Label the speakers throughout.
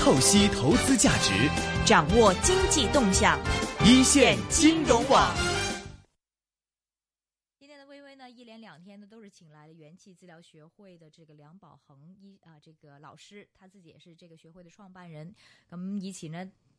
Speaker 1: 透析投资价值，
Speaker 2: 掌握经济动向，
Speaker 1: 一线金融网。
Speaker 2: 今天的微微呢，一连两天呢都是请来了元气治疗学会的这个梁宝恒医啊、这个老师，他自己也是这个学会的创办人。咁以前呢。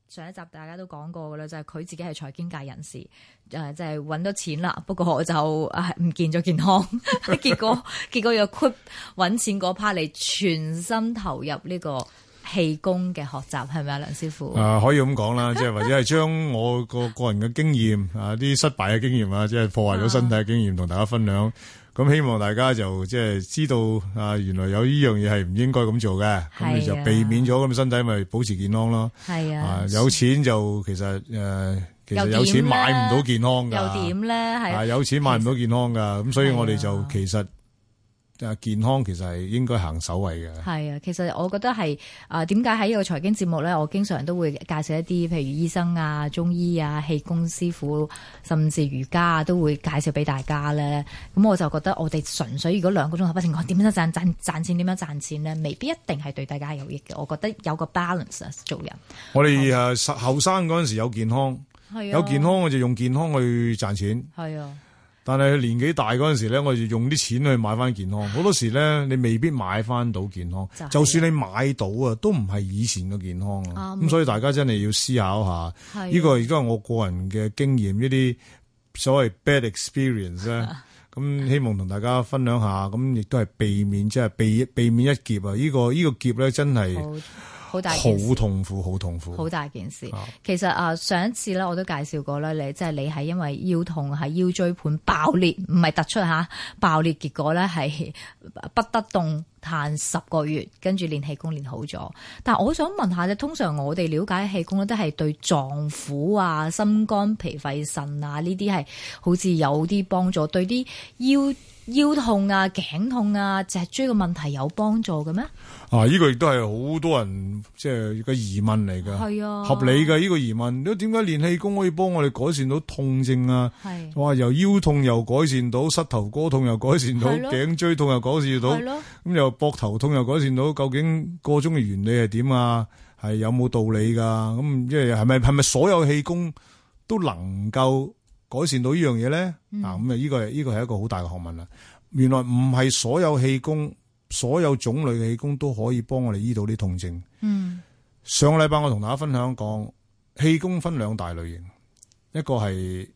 Speaker 2: 上一集大家都講過噶啦，就係、佢自己係財經界人士，誒、就係揾到錢啦，不過我就誒唔見咗健 康，結果結果又 quit 揾錢嗰 part 嚟全心投入呢個氣功嘅學習，係咪啊，梁師傅？
Speaker 3: 啊、可以咁 講啦，即係或者係將我個個人嘅經驗啊，啲失敗嘅經驗啊，即係破壞咗身體嘅經驗，同大家分享。咁希望大家就即係知道啊，原來有呢樣嘢係唔應該咁做嘅，咁你就
Speaker 2: 係啊
Speaker 3: 避免咗咁身體咪保持健康咯。
Speaker 2: 係啊
Speaker 3: 啊，，有錢就其實誒、呃其實
Speaker 2: 又
Speaker 3: 有錢
Speaker 2: 點
Speaker 3: 買唔
Speaker 2: 咧
Speaker 3: 到健康㗎。
Speaker 2: 又點咧？係
Speaker 3: 啊，
Speaker 2: 啊
Speaker 3: 有錢買唔到健康㗎，咁所以
Speaker 2: 係啊
Speaker 3: 我哋就其實啊，健康其實係應該行首位嘅。
Speaker 2: 係啊，其實我覺得係啊，點解喺呢個財經節目咧，我經常都會介紹一啲譬如醫生啊、中醫啊、氣功師傅，甚至瑜伽啊，都會介紹俾大家咧。咁我就覺得我哋純粹如果兩個鐘頭不停講點樣賺賺賺錢，點樣賺錢咧，未必一定係對大家有益嘅。我覺得有個 balance 啊，做人
Speaker 3: 我哋
Speaker 2: 啊
Speaker 3: 誒後生嗰陣時有健康，
Speaker 2: 係啊
Speaker 3: 有健康我就用健康去賺錢。
Speaker 2: 係啊，
Speaker 3: 但係年紀大嗰陣時咧，我就用啲錢去買翻健康。好多時咧，你未必買翻到健康
Speaker 2: 就係啊，
Speaker 3: 就算你買到啊，都唔係以前嘅健康啊。
Speaker 2: 啱啊
Speaker 3: 咁所以大家真係要思考下，
Speaker 2: 係啊
Speaker 3: 呢個亦都係我個人嘅經驗，呢啲所謂 bad experience 咧。 咁希望同大家分享下，咁亦都係避免即係避避免一劫啊！呢、個呢、個劫咧真係
Speaker 2: 好好大件事
Speaker 3: 好痛苦，好痛苦。
Speaker 2: 好大件事
Speaker 3: 啊。
Speaker 2: 其實啊，上一次咧我都介紹過啦，你即係你係因為腰痛係腰椎盤爆裂，唔係突出嚇 爆裂，結果咧係不得動彈十個月，跟住練氣功練好咗。但我想問下咧，通常我哋了解氣功咧都係對臟腑啊、心肝脾肺腎啊呢啲係好似有啲幫助，對啲腰。腰痛啊、頸痛啊、脊椎嘅問題有幫助嘅咩？
Speaker 3: 啊！呢、個亦都係好多人即係個疑問嚟㗎。
Speaker 2: 係啊，
Speaker 3: 合理嘅呢個疑問，咁點解練氣功可以幫我哋改善到痛症啊？
Speaker 2: 係
Speaker 3: 哇！由腰痛又改善到，膝頭哥痛又改善到，
Speaker 2: 係咯
Speaker 3: 頸椎痛又改善到，
Speaker 2: 係咯，
Speaker 3: 咁又膊頭痛又改善到，究竟個中嘅原理係點啊？係有冇道理㗎？咁即係係咪係咪所有氣功都能夠改善到呢樣嘢咧？
Speaker 2: 嗯
Speaker 3: 啊咁啊！呢個係呢個係一個好大嘅學問啦。原來唔係所有氣功，所有種類嘅氣功都可以幫我哋醫到啲痛症。
Speaker 2: 嗯。
Speaker 3: 上個禮拜我同大家分享講，氣功分兩大類型，一個係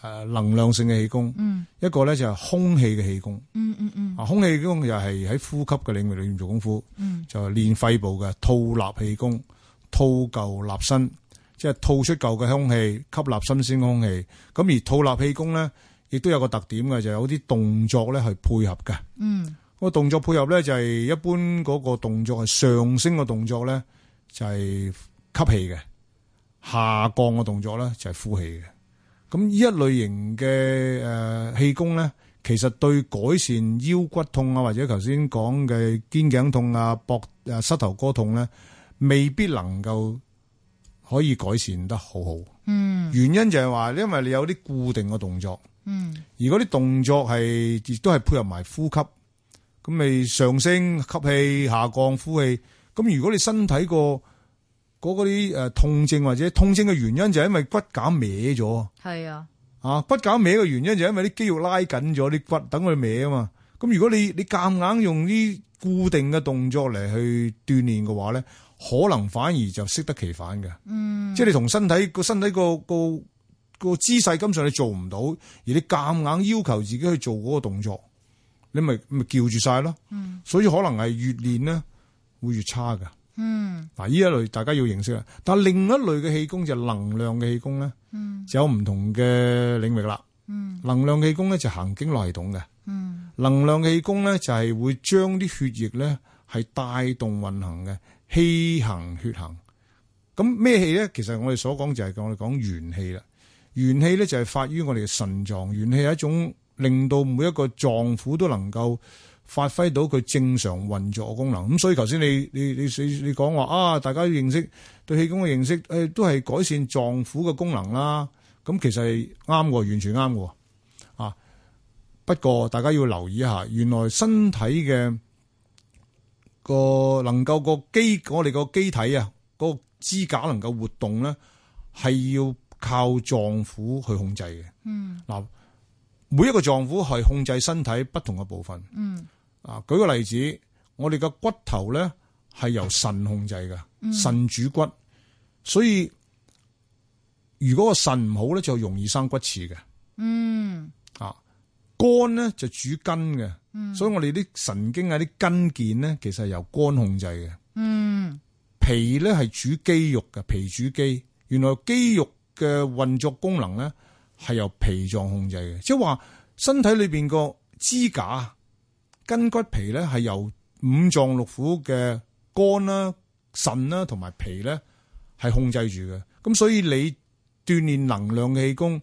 Speaker 3: 誒能量性嘅氣功，
Speaker 2: 嗯
Speaker 3: 一個咧就係空氣嘅氣功。
Speaker 2: 嗯嗯嗯
Speaker 3: 啊，空氣氣功又係喺呼吸嘅領域裏面做功夫，
Speaker 2: 嗯
Speaker 3: 就係練肺部嘅吐納氣功，吐舊納新，即係吐出舊嘅空氣，吸納新鮮嘅空氣。咁而吐納氣功咧，亦都有個特點嘅，就有啲動作咧係配合嘅。
Speaker 2: 嗯
Speaker 3: 個動作配合咧就係一般嗰個動作係上升嘅動作咧就係吸氣嘅，下降嘅動作咧就係呼氣嘅。咁呢一類型嘅誒氣功咧，其實對改善腰骨痛啊，或者頭先講嘅肩頸痛啊、膊誒膝頭哥痛咧，未必能夠可以改善得好好。
Speaker 2: 嗯
Speaker 3: 原因就係話，因為你有啲固定嘅動作。
Speaker 2: 嗯
Speaker 3: 而嗰啲動作係亦都係配合埋呼吸，咁咪上升吸氣、下降呼氣。咁如果你身體個嗰嗰啲誒痛症或者痛症嘅原因就係因為骨架歪咗
Speaker 2: 係啊，
Speaker 3: 啊，骨架歪嘅原因就係因為啲肌肉拉緊咗啲骨，等佢歪啊嘛。咁如果你你夾硬用啲固定嘅動作嚟去鍛鍊嘅話咧，可能反而就適得其反嘅。
Speaker 2: 嗯
Speaker 3: 即係你同身體個身體個個個姿勢根本上你做唔到，而你夾硬要求自己去做嗰個動作，你咪咪叫住晒咯。
Speaker 2: 嗯
Speaker 3: 所以可能係越練咧會越差噶。
Speaker 2: 嗯
Speaker 3: 嗱，呢一類大家要認識啦。但係另一類嘅氣功就係能量嘅氣功咧，
Speaker 2: 嗯
Speaker 3: 就有唔同嘅領域啦。
Speaker 2: 嗯
Speaker 3: 能量氣功咧就行經絡系統嘅，
Speaker 2: 嗯
Speaker 3: 能量氣功咧就係會將啲血液咧係帶動運行嘅，氣行血行。咁咩氣咧？其實我哋所講就係我哋講元氣啦。元氣咧就係發於我哋嘅腎臟，元氣係一種令到每一個臟腑都能夠發揮到佢正常運作嘅功能。咁所以頭先你你你你你講話啊，大家要認識對氣功嘅認識，誒、都係改善臟腑嘅功能啦。咁其實係啱嘅，完全啱嘅喎啊！不過大家要留意一下，原來身體嘅個能夠個機我哋個機體啊，嗰個支架能夠活動咧，係要靠臟腑去控制嘅。嗯，嗱，每一個臟腑係控制身體不同嘅部分。嗯，啊，舉個例子，我哋嘅骨頭咧係由腎控制嘅，腎主骨，所以如果個腎唔好咧，就容易生骨刺嘅。嗯，啊，肝咧就主筋嘅，所以我哋啲神經啊、啲筋腱咧，其實係由肝控制嘅。皮咧係主肌肉嘅，皮主肌。原來肌肉嘅運作功能咧係由脾臟控制嘅，即係話身體裏邊個支架筋骨皮咧係由五臟六腑嘅肝啦、腎啦同埋脾咧係控制住嘅。咁所以你鍛煉能量嘅氣功，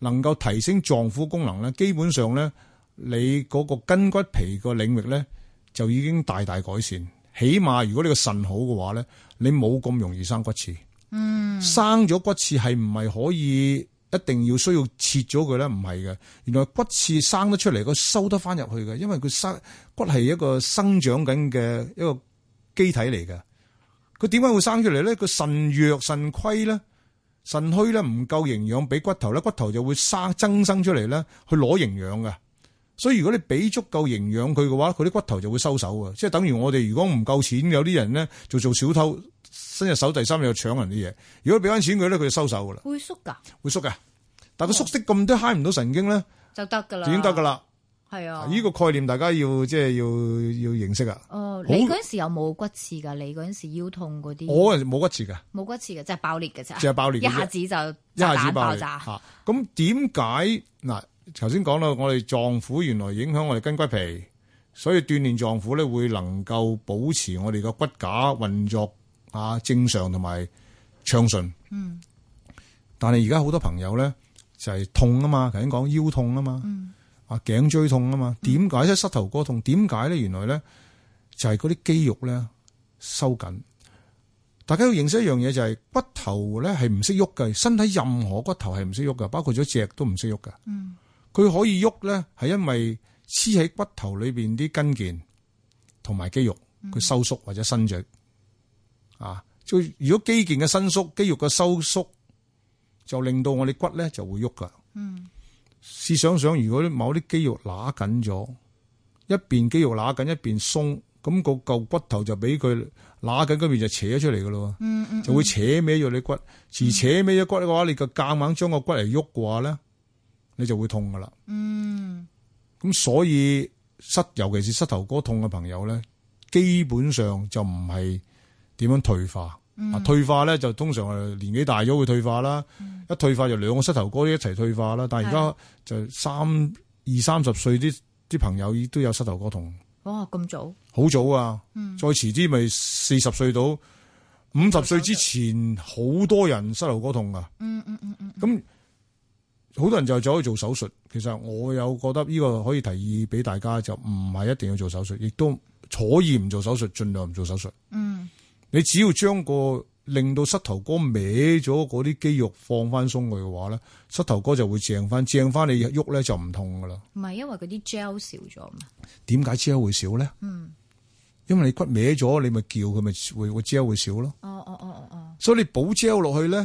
Speaker 3: 能夠提升臟腑功能咧，基本上咧你嗰個筋骨皮個領域咧就已經大大改善。起碼如果你個腎好嘅話咧，你冇咁容易生骨刺。嗯，生咗骨刺係唔係可以一定要需要切咗佢咧？唔係嘅，原來骨刺生得出嚟，佢收得翻入去嘅，因為佢生骨係一個生長緊嘅一個機體嚟嘅。佢點解會生出嚟咧？個腎弱腎虧咧，腎虛咧唔夠營養俾骨頭咧，骨頭就會生增生出嚟咧，去攞營養嘅。所以如果你俾足夠營養佢嘅話，佢啲骨頭就會收手啊！即係等於我哋如果唔夠錢，有啲人咧就做小偷，伸隻手第三日去搶人啲嘢。如果俾翻錢佢咧，佢就收手噶啦，
Speaker 2: 會縮㗎
Speaker 3: 會縮噶。但係佢縮得咁多嗨唔到神經咧，
Speaker 2: 就得㗎
Speaker 3: 就
Speaker 2: 啦，
Speaker 3: 已經得噶啦。
Speaker 2: 係啊，
Speaker 3: 呢個概念大家要即係要要認識啊！
Speaker 2: 哦，
Speaker 3: 好
Speaker 2: 你嗰陣時有冇骨刺㗎？你嗰陣時腰痛嗰啲，
Speaker 3: 我係冇骨刺噶，
Speaker 2: 冇骨刺嘅，即係爆裂嘅咋，
Speaker 3: 就係爆裂
Speaker 2: 一
Speaker 3: 嘅啫
Speaker 2: 下子就
Speaker 3: 一下
Speaker 2: 炸
Speaker 3: 子
Speaker 2: 彈
Speaker 3: 爆
Speaker 2: 爆
Speaker 3: 裂
Speaker 2: 炸，
Speaker 3: 嚇。咁點解嗱？頭先講到我哋臟腑原來影響我哋筋骨皮，所以鍛鍊臟腑咧會能夠保持我哋個骨架運作啊正常同埋暢順。嗯。但係而家好多朋友咧就係痛啊嘛，頭先講腰痛啊嘛，啊頸椎痛啊嘛，點解即係膝頭哥痛？點解咧？原來咧就係嗰啲肌肉咧收緊。大家要認識一樣嘢就係骨頭咧係唔識喐嘅，身體任何骨頭係唔識喐嘅，包括咗隻都唔識喐嘅。嗯，佢可以喐咧係因為黐喺骨頭裏邊啲筋腱同埋肌肉佢收縮或者伸展啊。即係如果肌腱嘅伸縮、肌肉嘅收縮，就令到我哋骨咧就會喐噶。嗯，試想想，如果某啲肌肉乸緊咗，一邊肌肉乸緊一邊鬆，咁、個嚿骨頭就俾佢乸緊嗰邊就扯咗出嚟噶咯，嗯嗯就會扯歪咗你骨。而扯歪咗骨嘅話，你個夾硬將個骨嚟喐嘅話咧，你就會痛噶啦。嗯，咁所以膝尤其是膝頭哥痛嘅朋友咧，基本上就唔係點樣退化。啊，退化咧就通常係年紀大咗會退化啦，一退化就兩個膝頭哥一齊退化啦。但係而家就三二三十歲啲啲朋友都有膝頭哥痛。
Speaker 2: 哇咁早，
Speaker 3: 好早啊，再遲啲咪四十歲到五十歲之前，好多人膝頭哥痛噶。嗯嗯嗯嗯。咁好多人就走去做手術。其實我有覺得呢個可以提議俾大家，就唔係一定要做手術，亦都可以唔做手術，盡量唔做手術。嗯。你只要將個令到膝頭哥歪咗嗰啲肌肉放翻鬆佢嘅話咧，膝頭哥就會正翻，正翻你喐咧就唔痛噶啦。
Speaker 2: 唔係因為嗰啲 gel 少咗嘛，
Speaker 3: 點解 gel 會少咧？嗯，因為你骨歪咗，你咪叫佢咪會會 gel 會少咯。
Speaker 2: 哦哦哦哦哦，
Speaker 3: 所以你補 gel 落去咧，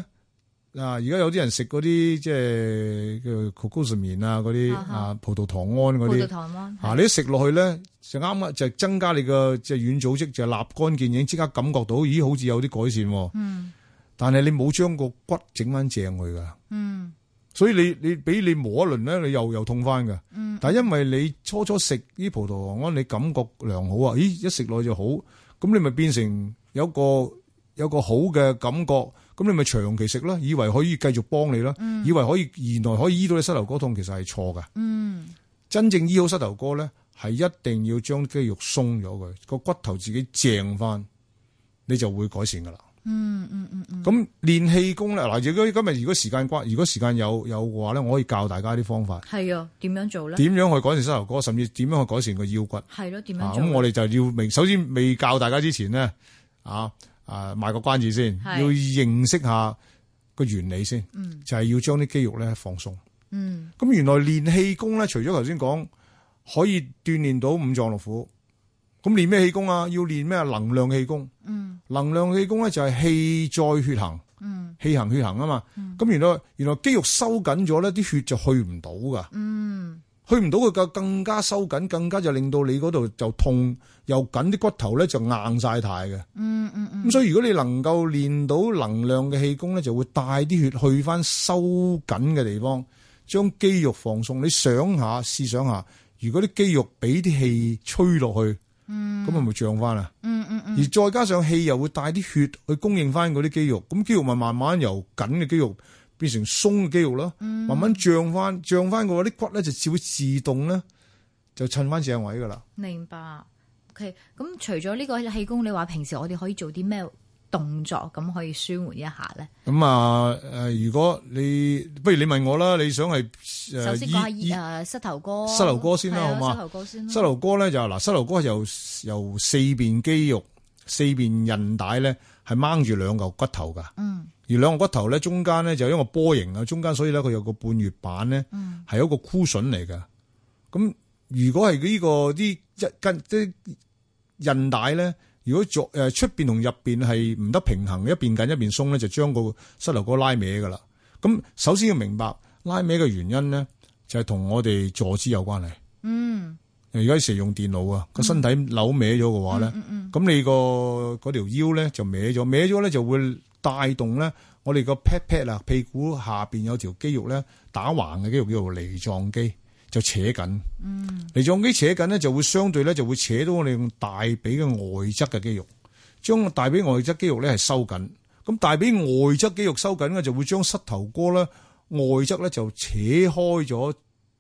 Speaker 3: 啊，而家有啲人食嗰啲即係叫 glucosamine 啊，嗰啲
Speaker 2: 啊哈
Speaker 3: 啊葡萄糖胺嗰
Speaker 2: 葡萄
Speaker 3: 啲，
Speaker 2: 糖胺
Speaker 3: 啊，你一食落去咧就啱啊，就增加你個即係軟組織，就立竿見影，即刻感覺到，咦，好似有啲改善喎。
Speaker 2: 嗯
Speaker 3: 但係你冇將個骨整翻正佢噶。
Speaker 2: 嗯
Speaker 3: 所以你你俾你磨一輪咧，你又又痛翻噶。但係因為你初初食呢葡萄糖胺，你感覺良好啊，咦一食落就好，咁你咪變成有個有個好嘅感覺，咁你咪長期食啦，以為可以繼續幫你啦，以為可以原來可以醫到你膝頭哥痛，其實係錯噶。
Speaker 2: 嗯，
Speaker 3: 真正醫好膝頭哥咧，係一定要將肌肉鬆咗佢，個骨頭自己正翻，你就會改善噶啦。嗯嗯嗯嗯。咁練氣功咧，嗱，如果今日如果時間關，如果時間有有嘅話咧，我可以教大家啲方法，
Speaker 2: 係啊，點樣做咧？
Speaker 3: 點樣去改善膝頭哥，甚至點樣去改善個腰骨。
Speaker 2: 係咯，點
Speaker 3: 啊
Speaker 2: 樣
Speaker 3: 咁
Speaker 2: 做？
Speaker 3: 我哋就要明，首先未教大家之前咧，啊啊賣個關子先，
Speaker 2: 係
Speaker 3: 要認識下個原理先，就係要將啲肌肉咧放鬆。
Speaker 2: 嗯
Speaker 3: 咁原來練氣功咧，除咗頭先講可以鍛鍊到五臟六腑，咁練咩氣功啊？要練咩能量氣功？
Speaker 2: 嗯
Speaker 3: 能量氣功咧就係氣在血行，
Speaker 2: 嗯
Speaker 3: 氣行血行啊嘛。咁原來原來肌肉收緊咗咧，啲血就去唔到㗎。
Speaker 2: 嗯
Speaker 3: 去唔到佢嘅更加收緊，更加就令到你嗰度就痛又緊，啲骨頭咧就硬晒太嘅。咁、
Speaker 2: 嗯嗯嗯，
Speaker 3: 所以如果你能夠練到能量嘅氣功咧，就會帶啲血去翻收緊嘅地方，將肌肉放鬆。你想下，試想下，如果啲肌肉俾啲氣吹落去，咁咪咪漲翻啊！
Speaker 2: 嗯嗯嗯
Speaker 3: 而再加上氣又會帶啲血去供應翻嗰啲肌肉，咁肌肉咪慢慢由緊嘅肌肉變成鬆嘅肌肉咯，
Speaker 2: 嗯
Speaker 3: 慢慢漲翻，漲翻嘅話，啲骨咧就自會自動咧就襯翻正位噶啦。
Speaker 2: 明白。OK，咁除咗呢個氣功，你話平時我哋可以做啲咩動作咁可以舒緩一下咧？
Speaker 3: 咁啊誒，如果你不如你問我啦，你想係
Speaker 2: 首
Speaker 3: 誒
Speaker 2: 先講下
Speaker 3: 醫醫
Speaker 2: 誒膝頭哥，
Speaker 3: 呃膝頭哥先啦
Speaker 2: 係啊
Speaker 3: 好嘛
Speaker 2: 膝頭哥先啦，
Speaker 3: 膝頭哥咧就嗱，膝頭哥係由由四邊肌肉、四邊韌帶咧係掹住兩嚿骨頭噶。
Speaker 2: 嗯
Speaker 3: 而兩個骨頭咧，中間咧就因為波形啊，中間所以咧佢有個半月板咧，係、
Speaker 2: 嗯
Speaker 3: 一個箍筍嚟㗎。咁如果係呢、個啲一根即係韌帶咧，如果左誒出邊同入邊係唔得平衡，一邊緊一邊鬆咧，就將個膝頭哥拉歪㗎啦。咁首先要明白拉歪嘅原因咧，就係、同我哋坐姿有關係。
Speaker 2: 嗯
Speaker 3: 呃而家成日用電腦啊，個身體扭歪咗嘅話咧，咁、你個嗰條腰咧就歪咗，歪咗咧就會帶動咧我哋個 pat pat 啊，屁股下邊有條肌肉咧打橫嘅肌肉叫做梨狀肌，就扯緊。嗯，梨狀肌扯緊咧就會相對咧就會扯到我哋用大髀嘅外側嘅肌肉，將大髀外側肌肉咧係收緊。咁大髀外側肌肉收緊嘅就會將膝頭哥咧外側咧就扯開咗，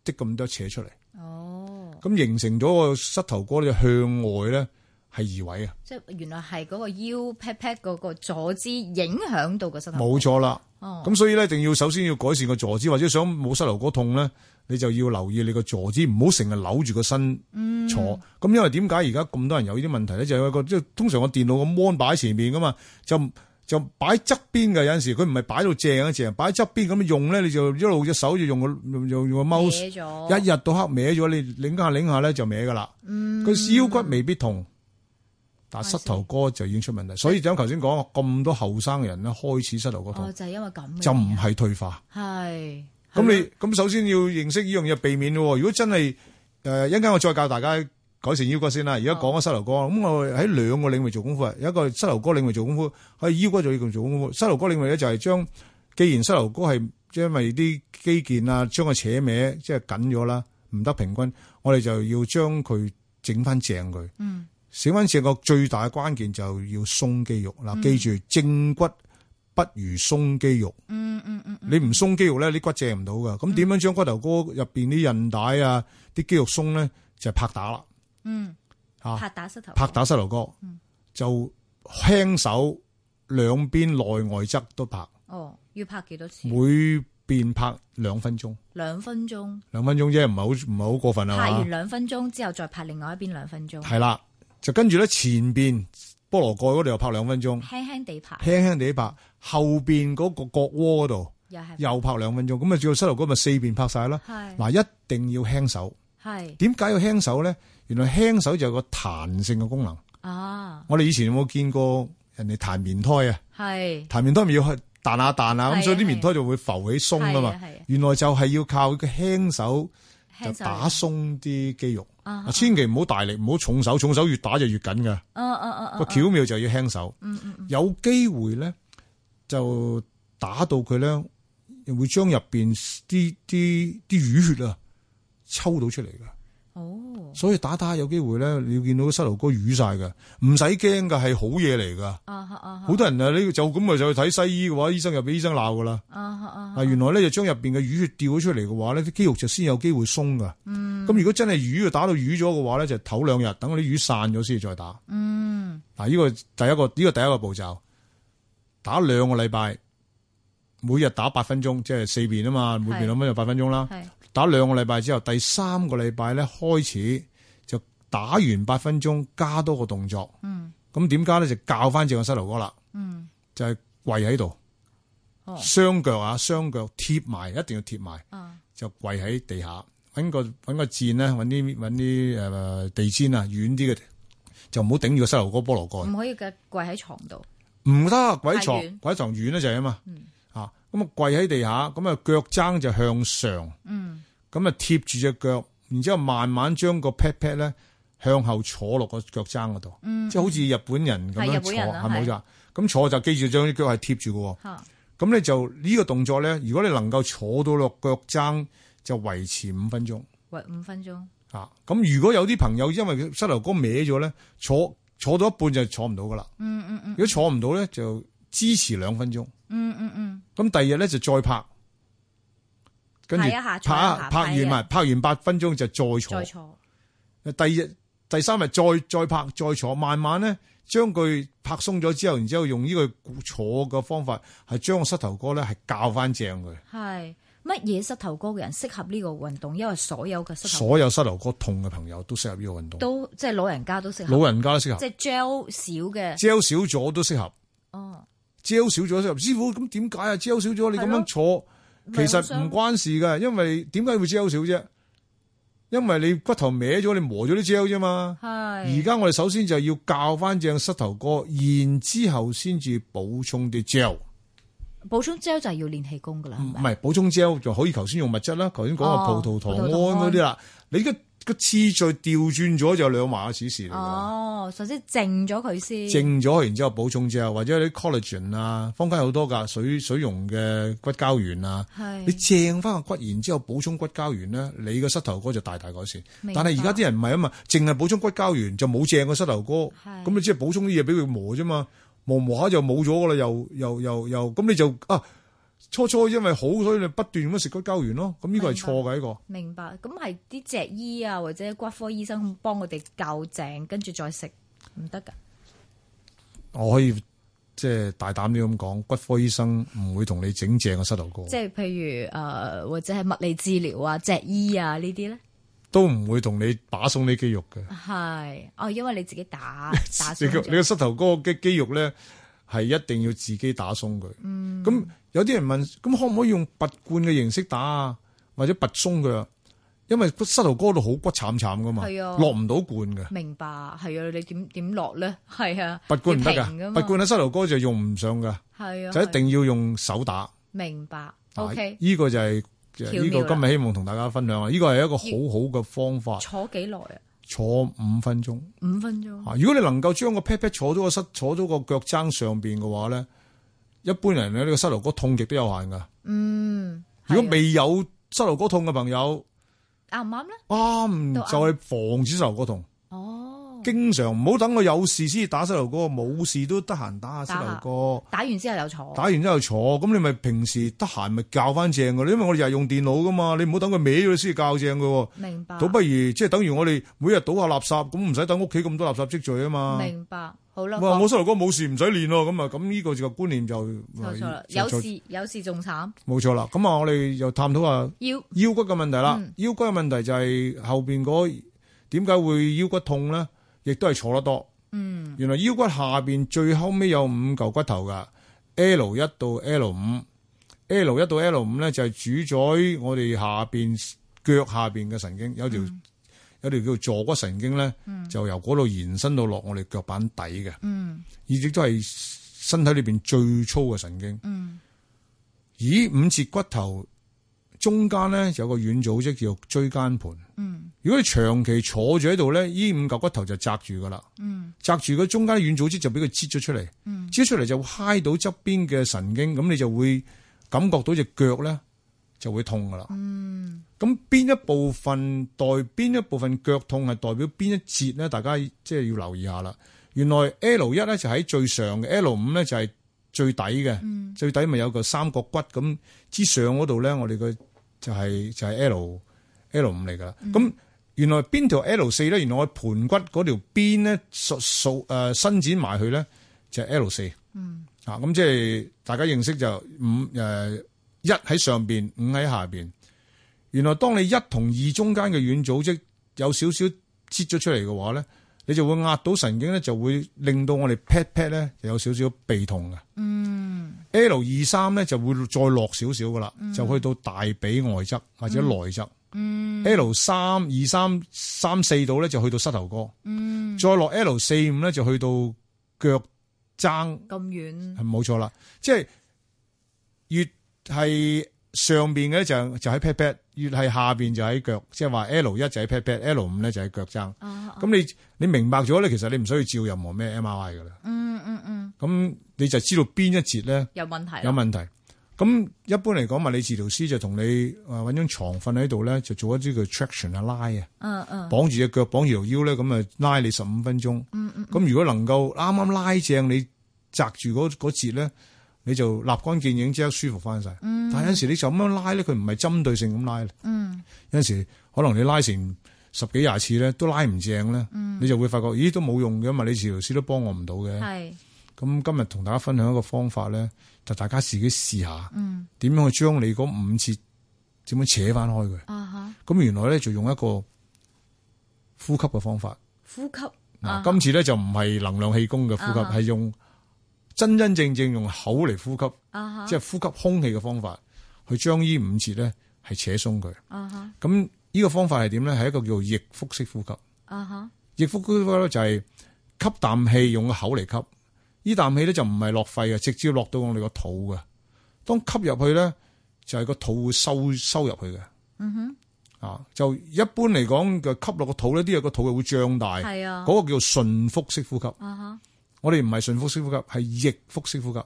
Speaker 3: 即咁多扯出嚟。
Speaker 2: 哦，
Speaker 3: 咁形成咗個膝頭哥咧就向外咧係移位啊，
Speaker 2: 即係原來係嗰個腰 pat pat 嗰個坐姿影響到個膝頭哥，
Speaker 3: 冇錯啦。
Speaker 2: 哦，
Speaker 3: 咁所以咧，一定要首先要改善個坐姿，或者想冇膝頭哥痛咧，你就要留意你個坐姿，唔好成日扭住個身
Speaker 2: 嗯
Speaker 3: 坐。咁、因為點解而家咁多人有呢啲問題咧？就係有一個即係通常個電腦個 mon 擺喺前面噶嘛，就就擺側邊嘅有陣時，佢唔係擺到正一正，擺側邊咁樣用咧，你就一路隻手就用個用用個 mouse。
Speaker 2: 歪咗，
Speaker 3: 一日到黑歪咗，你擰下擰下咧就歪噶啦。佢腰骨未必痛，但膝頭哥就已經出問題。所以就頭先講咁多後生人咧開始膝頭哥
Speaker 2: 哦
Speaker 3: 痛，
Speaker 2: 就係因為咁嘅
Speaker 3: 就唔係退化。
Speaker 2: 係
Speaker 3: 咁
Speaker 2: 係
Speaker 3: 你咁首先要認識呢樣嘢，避免喎。如果真係誒一陣間，我再教大家改善腰骨先啦。而家講咗膝頭哥，咁我喺兩個領域做功夫啊，有一個膝頭哥領域做功夫，喺腰骨做做功夫。膝頭哥領域咧就係將，既然膝頭哥係因為啲肌腱啊，將佢扯歪，即係緊咗啦，唔得平均，我哋就要將佢整翻正佢。
Speaker 2: 嗯，
Speaker 3: 整翻正個最大嘅關鍵就要鬆肌肉嗱，記住正骨不如鬆肌肉。
Speaker 2: 嗯嗯嗯
Speaker 3: 你唔鬆肌肉咧，啲骨借唔到噶。咁點樣將骨頭哥入邊啲韌帶啊、啲肌肉鬆咧，就係拍打啦，
Speaker 2: 嗯，
Speaker 3: 嚇、
Speaker 2: 拍打膝頭哥
Speaker 3: 啊拍打膝頭哥，就輕手兩邊內外側都拍，
Speaker 2: 哦，要拍幾多次
Speaker 3: 每？邊拍兩分鐘，
Speaker 2: 兩分鐘，
Speaker 3: 兩分鐘啫，唔係好唔係好過分
Speaker 2: 拍
Speaker 3: 啊
Speaker 2: 完
Speaker 3: 嘛。
Speaker 2: 兩分鐘之後再拍另外一邊兩分鐘，
Speaker 3: 係啦，就跟住咧前邊菠蘿蓋嗰度又拍兩分鐘，
Speaker 2: 輕輕地拍，
Speaker 3: 輕輕地拍，後邊嗰個角窩嗰度
Speaker 2: 又係
Speaker 3: 又拍兩分鐘，咁啊，最後膝頭哥咪四邊拍晒啦。
Speaker 2: 係
Speaker 3: 嗱，一定要輕手。
Speaker 2: 係
Speaker 3: 點解要輕手咧？原來輕手就有個彈性嘅功能。
Speaker 2: 啊
Speaker 3: 我哋以前有冇見過人哋彈棉胎啊？
Speaker 2: 係
Speaker 3: 彈棉胎咪要去彈下
Speaker 2: 係
Speaker 3: 彈下，
Speaker 2: 啊
Speaker 3: 咁所以啲棉胎就會浮起鬆啊
Speaker 2: 係啊
Speaker 3: 嘛
Speaker 2: 係啊。
Speaker 3: 原來就係要靠個輕手就
Speaker 2: 輕手
Speaker 3: 打鬆啲肌肉。
Speaker 2: 啊
Speaker 3: 啊千祈唔好大力，唔好重手，重手越打就越緊噶。
Speaker 2: 嗯嗯嗯嗯
Speaker 3: 個巧妙就要輕手。
Speaker 2: 嗯嗯嗯
Speaker 3: 有機會咧就打到佢咧，會將入邊啲啲啲淤血啊抽到出嚟㗎。
Speaker 2: 哦
Speaker 3: 所以打打下有機會咧，你要見到膝頭哥瘀晒嘅，唔使驚嘅，係好嘢嚟噶。
Speaker 2: 啊哈啊哈
Speaker 3: 好多人啊，呢就咁咪就去睇西醫嘅話，醫生又俾醫生鬧噶啦。
Speaker 2: 啊哈啊哈
Speaker 3: 嗱，原來咧就將入邊嘅淤血掉咗出嚟嘅話咧，啲肌肉就先有機會鬆噶。
Speaker 2: 嗯
Speaker 3: 咁如果真係瘀啊，打到瘀咗嘅話咧，就唞兩日，等嗰啲瘀散咗先至再打。
Speaker 2: 嗯
Speaker 3: 嗱，呢個第一個呢個第一個步驟，打兩個禮拜，每日打八分鐘，即係四遍啊嘛，每
Speaker 2: 係
Speaker 3: 遍兩分就八分鐘啦。
Speaker 2: 係
Speaker 3: 打兩個禮拜之後，第三個禮拜咧開始就打完八分鐘，加多個動作。
Speaker 2: 嗯
Speaker 3: 咁點加咧？就教翻正個膝頭哥啦，
Speaker 2: 嗯
Speaker 3: 就係、跪喺度，
Speaker 2: 哦
Speaker 3: 雙腳啊，雙腳貼埋，一定要貼埋，
Speaker 2: 啊
Speaker 3: 就跪喺呃地下，揾個揾個墊咧，揾啲揾啲誒地氈啊，軟啲嘅就唔好頂住個膝頭哥菠蘿蓋。
Speaker 2: 唔可以嘅跪喺床度，
Speaker 3: 唔得，鬼
Speaker 2: 太遠嗯
Speaker 3: 床鬼床軟咧就係啊嘛，啊咁啊跪喺地下，咁啊腳踭就向上，
Speaker 2: 嗯，
Speaker 3: 咁啊貼住只腳，然之後慢慢將個 pat pat 咧向後坐落個腳踭嗰度，即係好似日本人咁
Speaker 2: 嗯係日
Speaker 3: 樣
Speaker 2: 本
Speaker 3: 坐，
Speaker 2: 人啊
Speaker 3: 係咪
Speaker 2: 係
Speaker 3: 好咋？咁坐就記住將啲腳係貼住嘅喎，
Speaker 2: 吓
Speaker 3: 咁你就呢個動作咧，如果你能夠坐到落腳踭，就維持五分鐘。
Speaker 2: 喂五分鐘，
Speaker 3: 啊，咁如果有啲朋友因為佢膝頭哥歪咗咧，坐坐到一半就坐唔到噶啦。
Speaker 2: 嗯嗯嗯
Speaker 3: 如果坐唔到咧，就支持兩分鐘。
Speaker 2: 嗯嗯嗯，
Speaker 3: 咁第二日咧就再拍，跟住
Speaker 2: 拍一下
Speaker 3: 拍
Speaker 2: 坐一下
Speaker 3: 拍
Speaker 2: 拍一
Speaker 3: 完
Speaker 2: 日
Speaker 3: 埋拍完八分鐘就
Speaker 2: 再
Speaker 3: 再坐。
Speaker 2: 坐，
Speaker 3: 第二日、第三日再再拍再坐，慢慢咧將佢拍鬆咗之後，然之後用呢個坐嘅方法係將個膝頭哥咧係教翻正佢。
Speaker 2: 係乜嘢膝頭哥嘅人適合呢個運動？因為所有嘅膝頭
Speaker 3: 所有膝頭哥痛嘅朋友都適合呢個運動，
Speaker 2: 都即係老人家都適合，
Speaker 3: 老人家都適合
Speaker 2: 即。係 gel 少嘅，
Speaker 3: gel 少咗都適合。
Speaker 2: 哦，
Speaker 3: gel 少咗，師傅咁點解啊？gel 少咗你咁
Speaker 2: 係咯
Speaker 3: 樣坐，其實唔關事㗎，因為點解會 gel 少啫？因為你骨頭歪咗，你磨咗啲 gel 啫嘛。而
Speaker 2: 係
Speaker 3: 家我哋首先就要教翻正膝頭哥，然之後先至補充啲 gel，
Speaker 2: 補充 gel 就係要練氣功噶啦，
Speaker 3: 唔
Speaker 2: 係咪
Speaker 3: 係補充 gel 就可以頭先用物質啦，頭先講
Speaker 2: 哦
Speaker 3: 個葡萄糖
Speaker 2: 葡
Speaker 3: 胺
Speaker 2: 萄糖胺
Speaker 3: 嗰啲啦。你個個次序調轉咗就兩碼子事嚟㗎。
Speaker 2: 哦，首先靜咗佢先，
Speaker 3: 靜咗，然之後補充之後，或者啲 collagen 啊，坊間有好多㗎，水水溶嘅骨膠原啊，你
Speaker 2: 係
Speaker 3: 正翻個骨，然之後補充骨膠原咧，你個膝頭哥就大大改善。
Speaker 2: 明白
Speaker 3: 但係而家啲人唔係啊嘛，淨係補充骨膠原就冇正個膝頭哥，
Speaker 2: 係
Speaker 3: 咁你只係補充啲嘢俾佢磨啫嘛，磨磨下就冇咗噶啦，又又又又，咁你就啊初初因為好，所以你不斷咁樣食骨膠原咯，咁呢個係錯㗎呢個。
Speaker 2: 明白，咁係啲脊醫啊或者骨科醫生幫我哋校正，跟住再食唔得噶，
Speaker 3: 我可以即係大膽啲咁講，骨科醫生唔會同你整正個膝頭哥。
Speaker 2: 即係譬如誒、呃或者係物理治療啊、脊醫啊呢啲咧，
Speaker 3: 都唔會同你打鬆啲肌肉嘅。
Speaker 2: 係哦，因為你自己打打
Speaker 3: 你
Speaker 2: 傷
Speaker 3: 個
Speaker 2: 咗
Speaker 3: 你個膝頭哥嘅肌肉咧，係一定要自己打鬆佢。咁、
Speaker 2: 嗯
Speaker 3: 有啲人問，咁可唔可以用拔罐嘅形式打啊？或者拔鬆佢啊？因為個膝頭哥度好骨慘慘噶嘛，
Speaker 2: 係啊
Speaker 3: 落唔到罐嘅。
Speaker 2: 明白，係啊，你點點落咧？係啊，
Speaker 3: 拔罐唔得
Speaker 2: 要平㗎
Speaker 3: 㗎，
Speaker 2: 嘛
Speaker 3: 拔罐喺膝頭哥就用唔上㗎，
Speaker 2: 係啊，
Speaker 3: 就一
Speaker 2: 係啊
Speaker 3: 定要用手打。
Speaker 2: 明白。
Speaker 3: 啊
Speaker 2: O K，
Speaker 3: 呢個就係呢
Speaker 2: 妙
Speaker 3: 個
Speaker 2: 啦
Speaker 3: 今日希望同大家分享啊！呢個係一個好好嘅方法，
Speaker 2: 坐幾耐啊？
Speaker 3: 坐五分鐘。
Speaker 2: 五分鐘。
Speaker 3: 啊！如果你能夠將個 pat pat 坐咗個膝坐咗個腳踭上邊嘅話咧，一般人咧呢個膝頭哥痛極都有限
Speaker 2: 啊
Speaker 3: 噶。
Speaker 2: 嗯，
Speaker 3: 如果
Speaker 2: 係啊
Speaker 3: 未有膝頭哥痛嘅朋友，
Speaker 2: 啱唔啱咧？
Speaker 3: 啱
Speaker 2: 都
Speaker 3: 就
Speaker 2: 啱
Speaker 3: 係防止膝頭哥痛。
Speaker 2: 哦，
Speaker 3: 經常唔好等我有事先打膝頭哥，冇事都得閒打下膝
Speaker 2: 打下
Speaker 3: 頭哥。
Speaker 2: 打完之後有坐。
Speaker 3: 打完之後坐，咁你咪平時得閒咪教翻正噶。因為我哋日日用電腦噶嘛，你唔好等佢歪咗你先教正噶喎。
Speaker 2: 明白。
Speaker 3: 倒不如即係等於我哋每日倒下垃圾，咁唔使等屋企咁多垃圾積聚啊啊嘛。
Speaker 2: 明白。好啦，
Speaker 3: 哇！
Speaker 2: 講
Speaker 3: 我膝頭哥冇事唔使練咯，咁啊，咁呢個就個觀念就哎
Speaker 2: 錯錯啦，
Speaker 3: 就
Speaker 2: 有
Speaker 3: 就
Speaker 2: 事有事仲慘，
Speaker 3: 冇錯啦。咁啊，我哋又探討下
Speaker 2: 要
Speaker 3: 腰骨嘅問題啦。
Speaker 2: 嗯
Speaker 3: 腰骨嘅問題就係後邊嗰點解會腰骨痛咧？亦都係坐得多。
Speaker 2: 嗯
Speaker 3: 原來腰骨下邊最後尾有五嚿骨頭噶，L 一到 L 五，L 一到 L 五咧就係主宰我哋下邊腳下邊嘅神經，有條、
Speaker 2: 嗯
Speaker 3: 有條叫坐骨神經咧，就由嗰度延伸到落我哋腳板底嘅。
Speaker 2: 嗯
Speaker 3: 亦都係身體裏邊最粗嘅神經。
Speaker 2: 嗯，
Speaker 3: 咦，五節骨頭中間咧有個軟組織叫椎間盤。
Speaker 2: 嗯，
Speaker 3: 如果你長期坐住喺度咧，呢五嚿骨頭就擲住噶啦。
Speaker 2: 嗯，
Speaker 3: 擲住佢中間軟組織就俾佢擠咗出嚟。
Speaker 2: 嗯
Speaker 3: 擠咗出嚟就會揩到側邊嘅神經，咁你就會感覺到隻腳咧就會痛噶啦。嗯，咁邊一部分代邊一部分腳痛係代表邊一節咧？大家即係要留意下啦。原來 L 一咧就喺最上嘅，L 五咧就係最底嘅，
Speaker 2: 嗯
Speaker 3: 最底咪有個三角骨咁之上嗰度咧，我哋個就係、就係、L L 五嚟噶啦。咁、原來邊條 L 四咧？原來我盤骨嗰條邊咧，數數誒伸展埋去咧就係 L 四。嗯。啊，咁即係大家認識就五誒一喺上邊，五喺下邊。原來當你一同二中間嘅軟組織有少少擠咗出嚟嘅話咧，你就會壓到神經咧，就會令到我哋 pat pat 咧有少少鼻痛嘅。嗯，L 二三咧就會再落少少噶啦，就去到大髀外側或者內側。嗯，L 三二三三四度咧就去到膝頭哥，嗯，再落 L 四五咧就去到腳踭，
Speaker 2: 咁遠
Speaker 3: 係冇錯啦。即係越係上邊嘅咧就就喺 pat pat，越係下邊就喺腳，即係話 L 一就喺 pat pat，L 五咧就喺腳踭。
Speaker 2: 啊，
Speaker 3: 咁你你明白咗咧，其實你唔需要照任何咩 MRI 噶啦。
Speaker 2: 嗯嗯嗯，
Speaker 3: 咁你就知道邊一節咧
Speaker 2: 有問題
Speaker 3: 有
Speaker 2: 啦，
Speaker 3: 問題。咁一般嚟講，物理治療師就同你啊揾張床瞓喺度咧，就做一啲叫 traction 啊拉啊，
Speaker 2: 嗯嗯
Speaker 3: 綁住只腳，綁住條腰咧，咁啊拉你十五分鐘。
Speaker 2: 嗯嗯，
Speaker 3: 咁如果能夠啱啱拉正你擲住嗰嗰節咧，你就立竿見影，即刻舒服翻晒。但係有陣時你就咁樣拉咧，佢唔係針對性咁拉。
Speaker 2: 嗯
Speaker 3: 有陣時可能你拉成十幾廿次咧，都拉唔正咧，
Speaker 2: 嗯
Speaker 3: 你就會發覺，咦都冇用嘅，物理治療師都幫我唔到嘅。
Speaker 2: 係
Speaker 3: 咁今日同大家分享一個方法咧，就大家自己試下
Speaker 2: 嗯
Speaker 3: 點樣去將你嗰五節點樣扯翻開佢。
Speaker 2: 啊哈，
Speaker 3: 咁原來咧就用一個呼吸嘅方法。
Speaker 2: 呼吸啊
Speaker 3: 嗱，今次咧就唔係能量氣功嘅呼吸，
Speaker 2: 啊哈
Speaker 3: 係用真真正正用口嚟呼吸，
Speaker 2: 啊哈
Speaker 3: 即係呼吸空氣嘅方法，去將呢五節咧係扯鬆佢。
Speaker 2: 啊哈
Speaker 3: 咁呢個方法係點咧？係一個叫做逆腹式呼吸。
Speaker 2: 啊哈
Speaker 3: 逆腹呼吸咧就係吸啖氣用個口嚟吸，呢啖氣咧就唔係落肺嘅，直接落到我哋個肚嘅。當吸入去咧，就係、個肚會收收入去嘅。嗯哼，啊，就一般嚟講嘅吸落個肚咧，啲嘢個肚係會脹大。
Speaker 2: 係啊
Speaker 3: 嗰個叫做順腹式呼吸。
Speaker 2: 啊哈
Speaker 3: 我哋唔係順腹式呼吸，係逆腹式呼吸。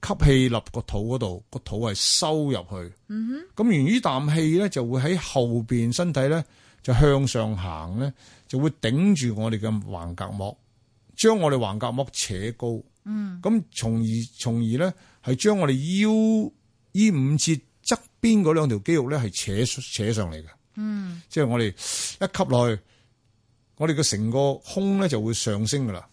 Speaker 3: 吸氣入個肚嗰度，個肚係收入去。嗯哼，咁源於啖氣咧，就會喺後邊身體咧就向上行咧，就會頂住我哋嘅橫膈膜，將我哋橫膈膜扯高。嗯，咁從而從而咧係將我哋腰呢五節側邊嗰兩條肌肉咧係扯扯上嚟嘅。嗯，即係我哋一吸落去，我哋嘅成個胸咧就會上升噶啦。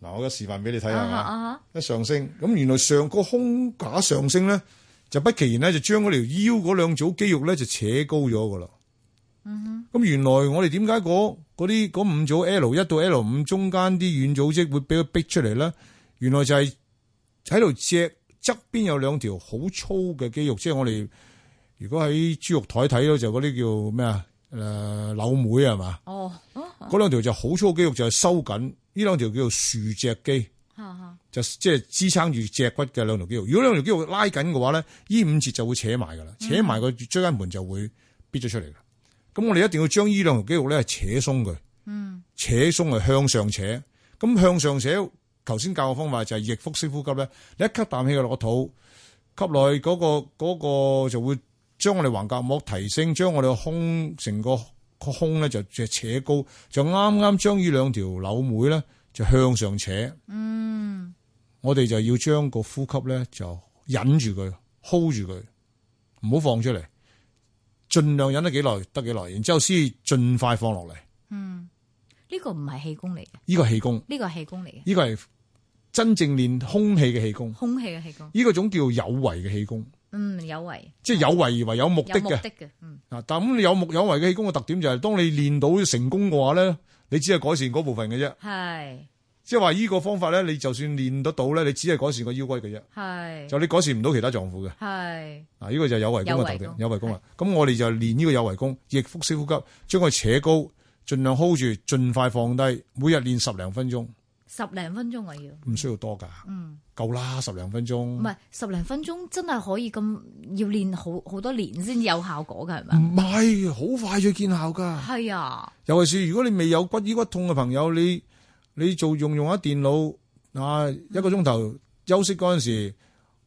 Speaker 3: 嗱，我而家示範俾你睇
Speaker 2: 啊
Speaker 3: 下
Speaker 2: 哈
Speaker 3: 啊。
Speaker 2: 啊哈
Speaker 3: 一上升，咁原來上個胸架上升咧，就不其然咧就將嗰條腰嗰兩組肌肉咧就扯高咗噶啦。嗯咁原來我哋點解嗰嗰啲嗰五組 L 一到 L 五中間啲軟組織會俾佢逼出嚟咧？原來就係喺度脊側邊有兩條好粗嘅肌肉，即係我哋如果喺豬肉台睇到就嗰啲叫咩啊？誒、呃、柳梅係嘛？
Speaker 2: 哦啊
Speaker 3: 嗰兩條就好粗嘅肌肉就係收緊，呢兩條叫做豎脊肌。
Speaker 2: 哈
Speaker 3: 就即係支撐住脊骨嘅兩條肌肉。如果兩條肌肉拉緊嘅話咧，呢五節就會扯埋噶啦，扯埋個椎間盤就會逼咗出嚟啦。咁我哋一定要將呢兩條肌肉咧扯鬆佢，嗯，扯鬆係向上扯。咁向上扯，頭先教嘅方法就係逆腹式呼吸咧。你一吸啖氣落個肚，吸落去嗰、個嗰、個就會將我哋橫膈膜提升，將我哋個胸成個個胸咧就就扯高，就啱啱將呢兩條柳妹咧就向上扯。
Speaker 2: 嗯
Speaker 3: 我哋就要將個呼吸咧就忍住佢，hold 住佢，唔好放出嚟，盡量忍得幾耐得幾耐，然之後先盡快放落嚟。
Speaker 2: 呢個唔係氣功嚟嘅，
Speaker 3: 呢個氣功，
Speaker 2: 呢個係氣功嚟嘅，
Speaker 3: 呢個係真正練空氣嘅氣功，
Speaker 2: 空氣嘅氣功，
Speaker 3: 呢個種叫有為嘅氣功，
Speaker 2: 嗯有為
Speaker 3: 即係有為而為有目的
Speaker 2: 有目
Speaker 3: 嘅。
Speaker 2: 的嘅，嗯
Speaker 3: 嗱，但咁你有目有為嘅氣功嘅特點就係，當你練到成功嘅話咧，你只係改善嗰部分嘅啫。
Speaker 2: 係
Speaker 3: 即係話呢個方法咧，你就算練得到咧，你只係改善個腰骨嘅啫，
Speaker 2: 係
Speaker 3: 就你改善唔到其他臟腑嘅。
Speaker 2: 係
Speaker 3: 嗱，呢個就係有為功嘅特點，
Speaker 2: 有
Speaker 3: 有
Speaker 2: 為
Speaker 3: 為
Speaker 2: 功
Speaker 3: 功啦。咁我哋就練呢個有為功，逆腹式呼吸，將佢扯高，盡量 hold 住，盡快放低，每日練十零分鐘，
Speaker 2: 十零分鐘啊要。
Speaker 3: 唔需要嗯多㗎，
Speaker 2: 嗯，
Speaker 3: 夠啦，十零分
Speaker 2: 唔
Speaker 3: 鐘。
Speaker 2: 係十零分鐘真係可以咁，要練好好多年先有效果㗎，係咪？
Speaker 3: 唔係，好快就見效㗎。
Speaker 2: 係啊，
Speaker 3: 尤其是如果你未有骨腰骨痛嘅朋友，你你做用用下電腦啊，一個鐘頭休息嗰陣時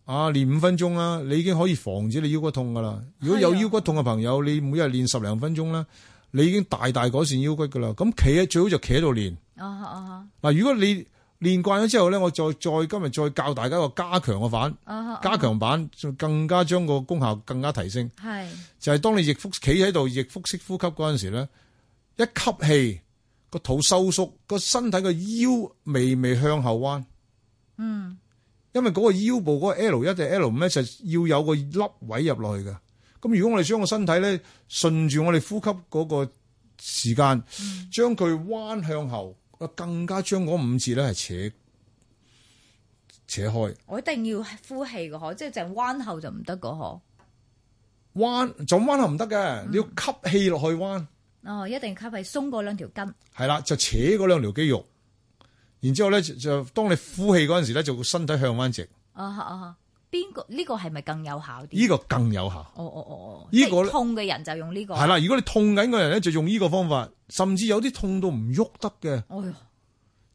Speaker 3: 啊，練五分鐘啦，你已經可以防止你腰骨痛噶啦。如果有
Speaker 2: 係啊
Speaker 3: 腰骨痛嘅朋友，你每日練十零分鐘啦，你已經大大改善腰骨噶啦。咁企喺最好就企喺度練
Speaker 2: 啊哈啊哈
Speaker 3: 嗱。如果你練慣咗之後咧，我再再今日再教大家一個加強嘅版，
Speaker 2: 啊哈，
Speaker 3: 加強版就更加將個功效更加提升。
Speaker 2: 係
Speaker 3: 就係當你逆腹企喺度逆腹式呼吸嗰陣時咧，一吸氣個肚收縮，個身體個腰微微向後彎。嗯，因為嗰個腰部嗰個 L 一定 L 五咧，就要有個凹位入落去嘅。咁如果我哋將個身體咧順住我哋呼吸嗰個時間，將佢彎向後，更加將嗰五字咧係扯扯開。
Speaker 2: 我一定要呼氣嘅嗬，即係淨係彎後就唔得嘅嗬。
Speaker 3: 彎就咁彎係唔得嘅，你要吸氣落去彎，
Speaker 2: 哦，一定吸氣，鬆嗰兩條筋，
Speaker 3: 係啦，就扯嗰兩條肌肉，然之後咧就就當你呼氣嗰陣時咧，就個身體向翻直，
Speaker 2: 哦哦哦，邊個呢個係咪更有效啲？
Speaker 3: 呢、個更有效。
Speaker 2: 哦哦哦哦，
Speaker 3: 呢
Speaker 2: 即
Speaker 3: 個
Speaker 2: 係痛嘅人就用呢個，
Speaker 3: 係啦，如果你痛緊嘅人咧，就用呢個方法，甚至有啲痛到唔喐得嘅，
Speaker 2: 哎呦，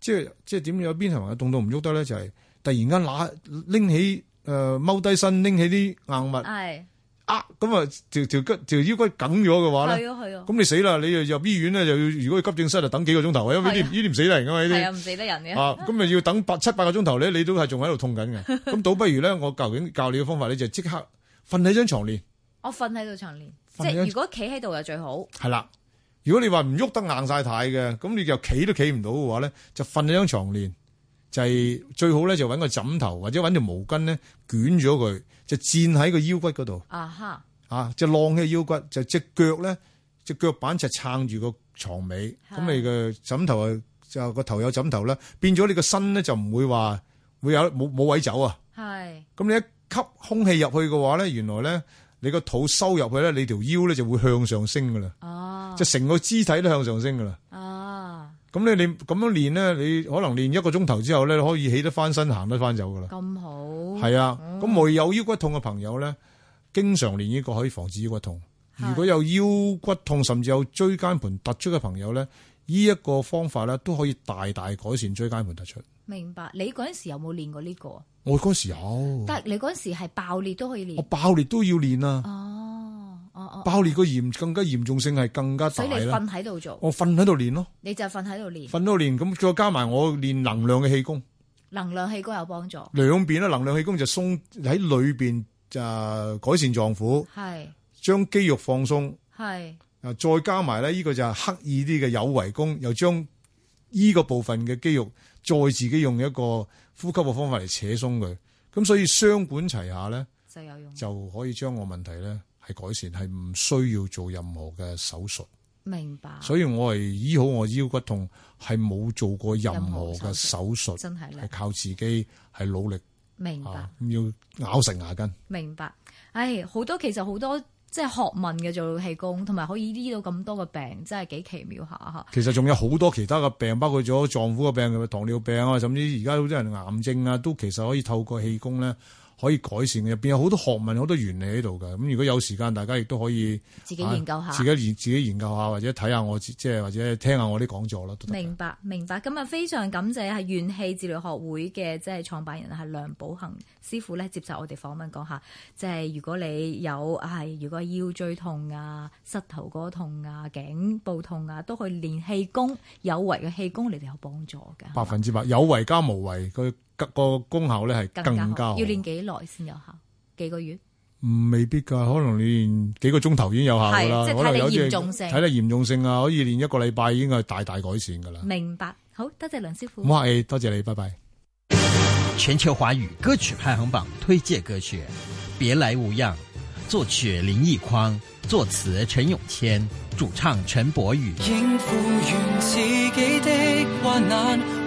Speaker 3: 即係即係點有邊朋友痛到唔喐得咧？就係、突然間拿拎起誒踎低身，拎起啲硬物
Speaker 2: 係
Speaker 3: 啊，咁啊條條骨條腰骨梗咗嘅話咧，
Speaker 2: 係啊係啊，
Speaker 3: 咁你死啦！你又入醫院咧，又要如果去急症室就等幾個鐘頭，因為呢
Speaker 2: 係
Speaker 3: 啲
Speaker 2: 啊
Speaker 3: 呢啲唔死得人噶嘛呢
Speaker 2: 係
Speaker 3: 啲
Speaker 2: 啊，。唔死得人嘅，
Speaker 3: 啊，咁咪要等八七八個鐘頭咧，你都係仲喺度痛緊嘅。咁倒不如咧，我究竟教你嘅方法咧，就即刻瞓喺張床練，
Speaker 2: 我瞓喺度長練，即
Speaker 3: 瞓喺
Speaker 2: 係如果企喺度就最好，
Speaker 3: 係啦。如果你話唔喐得硬晒太嘅，咁你又企都企唔到嘅話咧，就瞓喺張床練，就係、最好咧就揾個枕頭或者揾條毛巾咧捲咗佢，就墊喺個腰骨嗰度
Speaker 2: 啊哈，
Speaker 3: 啊，就晾起腰骨，就只腳咧只腳板就撐住個床尾，咁
Speaker 2: 係
Speaker 3: 你嘅枕頭啊就個頭有枕頭啦，變咗你個身咧就唔會話會有冇冇位走啊。
Speaker 2: 係，
Speaker 3: 咁你一吸空氣入去嘅話咧，原來咧你個肚收入去咧，你條腰咧就會向上升噶啦，
Speaker 2: 哦
Speaker 3: 即，係成個肢體都向上升噶啦。
Speaker 2: 啊，
Speaker 3: 咁你你咁樣練咧，你可能練一個鐘頭之後咧，你可以起得翻身，行得翻走噶啦。
Speaker 2: 咁好，
Speaker 3: 係啊，
Speaker 2: 哦
Speaker 3: 咁我有腰骨痛嘅朋友咧，經常練呢個可以防止腰骨痛。
Speaker 2: 係
Speaker 3: 如果有腰骨痛甚至有椎間盤突出嘅朋友咧，呢一個方法咧都可以大大改善椎間盤突出。
Speaker 2: 明白。你嗰陣時有冇練過呢個啊？
Speaker 3: 我嗰時有，
Speaker 2: 但係你嗰陣時係爆裂都可以
Speaker 3: 我
Speaker 2: 練。
Speaker 3: 爆裂都要練啊。
Speaker 2: 哦，哦哦，
Speaker 3: 爆裂個嚴更加嚴重性係更加
Speaker 2: 所
Speaker 3: 大
Speaker 2: 以你
Speaker 3: 啦。哦
Speaker 2: 瞓喺度做，
Speaker 3: 我瞓喺度練咯，
Speaker 2: 你就瞓喺度練，
Speaker 3: 瞓喺度練，咁再加埋我練能量嘅氣功，
Speaker 2: 能量氣功有幫助。
Speaker 3: 兩邊啦，能量氣功就鬆喺裏邊就改善臟腑，
Speaker 2: 係
Speaker 3: 將肌肉放鬆。
Speaker 2: 係
Speaker 3: 啊，再加埋咧，呢、個就係刻意啲嘅有為功，又將呢個部分嘅肌肉再自己用一個呼吸嘅方法嚟扯鬆佢。咁所以雙管齊下咧，
Speaker 2: 就有用。
Speaker 3: 就可以將我問題咧係改善，係唔需要做任何嘅手術。
Speaker 2: 明白。
Speaker 3: 所以我係醫好我腰骨痛，係冇做過任何嘅手術，
Speaker 2: 真係
Speaker 3: 係
Speaker 2: 叻，
Speaker 3: 靠自己係努力
Speaker 2: 明白
Speaker 3: 啊，咁要咬實牙根。
Speaker 2: 明白。唉，好多其實好多即係學問嘅做氣功，同埋可以醫到咁多嘅病，真係幾奇妙下吓。
Speaker 3: 其實仲有好多其他嘅病，包括咗臟腑嘅病、糖尿病啊，甚至而家好多人癌症啊，都其實可以透過氣功咧。可以改善嘅，入邊有好多學問、好多原理喺度嘅。咁如果有時間，大家亦都可以
Speaker 2: 自己研究下
Speaker 3: 啊。自己研自己研究下，或者睇下我自即係或者聽下我啲講座啦，都得嘅。
Speaker 2: 明白，明白。咁啊，非常感謝係元氣治療學會嘅即係創辦人啊係梁寶恒師傅咧，接受我哋訪問講下，即係如果你有係如果腰椎痛啊、膝頭哥痛啊、頸部痛啊，都去練氣功，有為嘅氣功，你哋有幫助㗎。
Speaker 3: 百分之百有為加無為，佢個個功效咧係
Speaker 2: 更加
Speaker 3: 更
Speaker 2: 好
Speaker 3: 加好。
Speaker 2: 要練幾耐先有效？幾個月？
Speaker 3: 唔未必噶，可能你練幾個鐘頭已經有效噶啦，
Speaker 2: 係即係
Speaker 3: 可能
Speaker 2: 睇
Speaker 3: 有啲
Speaker 2: 你嚴重性
Speaker 3: 睇你嚴重性啊，可以練一個禮拜已經係大大改善噶啦。
Speaker 2: 明白。好多謝梁師傅。
Speaker 3: 咁啊，誒多謝你，拜拜。
Speaker 4: 全球华语歌曲排行榜推荐歌曲《别来无恙》，作曲林奕匡，作词陈咏谦，主唱陈柏宇。
Speaker 5: 應付完自己的患難，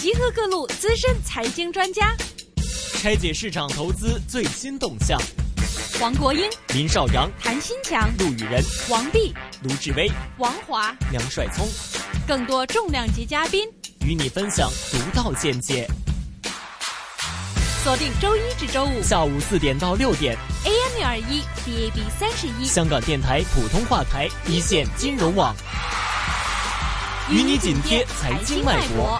Speaker 6: 集合各路资深财经专家，
Speaker 1: 拆解市场投资最新动向。
Speaker 6: 黄国英、
Speaker 1: 林少阳、
Speaker 6: 谭新强、
Speaker 1: 陆羽仁、
Speaker 6: 王碧、
Speaker 1: 卢志威、
Speaker 6: 王华，
Speaker 1: 杨帅聪
Speaker 6: 更多重量级嘉宾，
Speaker 1: 与你分享独到见解。
Speaker 6: 锁定周一至周五
Speaker 1: 下午四点到六点，
Speaker 6: AM 六二一 DAB 三十一，
Speaker 1: 香港电台普通话台一线金融网，与你紧贴财经脉搏。